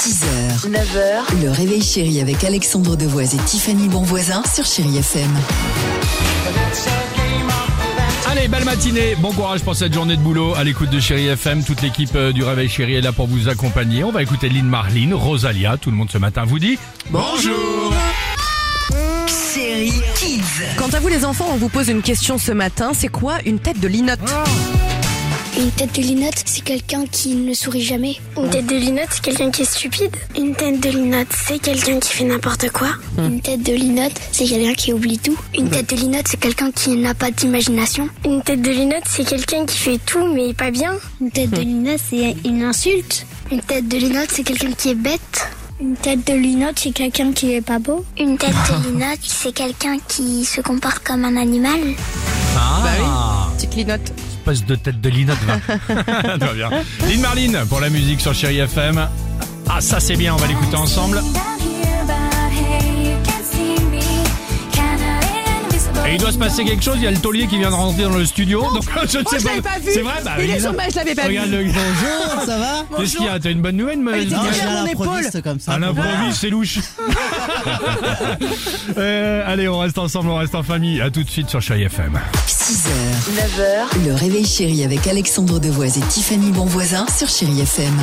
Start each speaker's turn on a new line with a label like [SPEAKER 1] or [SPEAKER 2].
[SPEAKER 1] 6h, 9h, le réveil chéri avec Alexandre Devoise et Tiffany Bonvoisin sur Chéri FM.
[SPEAKER 2] Allez, belle matinée, bon courage pour cette journée de boulot à l'écoute de Chéri FM. Toute l'équipe euh, du Réveil Chéri est là pour vous accompagner. On va écouter Lynn Marlin, Rosalia, tout le monde ce matin vous dit bonjour.
[SPEAKER 1] Chéri Kids.
[SPEAKER 3] Quant à vous les enfants, on vous pose une question ce matin. C'est quoi une tête de linotte
[SPEAKER 2] Ah.
[SPEAKER 4] Une tête de linotte, c'est quelqu'un qui ne sourit jamais. Une tête de linotte, c'est quelqu'un qui est stupide. Une tête de linotte, c'est quelqu'un qui fait n'importe quoi. Une tête de linotte, c'est quelqu'un qui oublie tout. Une tête de linotte, c'est quelqu'un qui n'a pas d'imagination. Une tête de linotte, c'est quelqu'un qui fait tout mais pas bien. Une tête de linotte, c'est une insulte. Une tête de linotte, c'est quelqu'un qui est bête. Une tête de linotte, c'est quelqu'un qui est pas beau. Une tête de linotte, c'est quelqu'un qui se comporte comme un animal.
[SPEAKER 2] Ah,
[SPEAKER 3] Bah Petite linotte.
[SPEAKER 2] espèce de tête de linotte. va. Tout va bien. Lynn Marlin pour la musique sur Chéri FM. Ah, ça c'est bien, on va l'écouter ensemble. Et il doit se passer quelque chose, il y a le taulier qui vient de rentrer dans le studio. Donc je ne
[SPEAKER 3] Oh,
[SPEAKER 2] sais
[SPEAKER 3] je
[SPEAKER 2] pas.
[SPEAKER 3] l'avais pas vu.
[SPEAKER 2] C'est vrai, bah,
[SPEAKER 3] Il est
[SPEAKER 2] Lisa,
[SPEAKER 3] sur ma- je l'avais pas vu.
[SPEAKER 2] Regarde le
[SPEAKER 5] Bonjour, ça va
[SPEAKER 2] Qu'est-ce qu'il y a T'as une bonne nouvelle, une mauvaise
[SPEAKER 3] était
[SPEAKER 2] nouvelle
[SPEAKER 3] Derrière
[SPEAKER 5] j'ai
[SPEAKER 3] mon
[SPEAKER 5] un improviste
[SPEAKER 3] épaule.
[SPEAKER 5] comme ça. Ah.
[SPEAKER 2] À l'improviste, c'est louche. Euh, allez, on reste ensemble, on reste en famille. À tout de suite sur Chai FM.
[SPEAKER 1] 6h, 9h, le réveil chéri avec Alexandre Devoise et Tiffany Bonvoisin sur Chéri FM.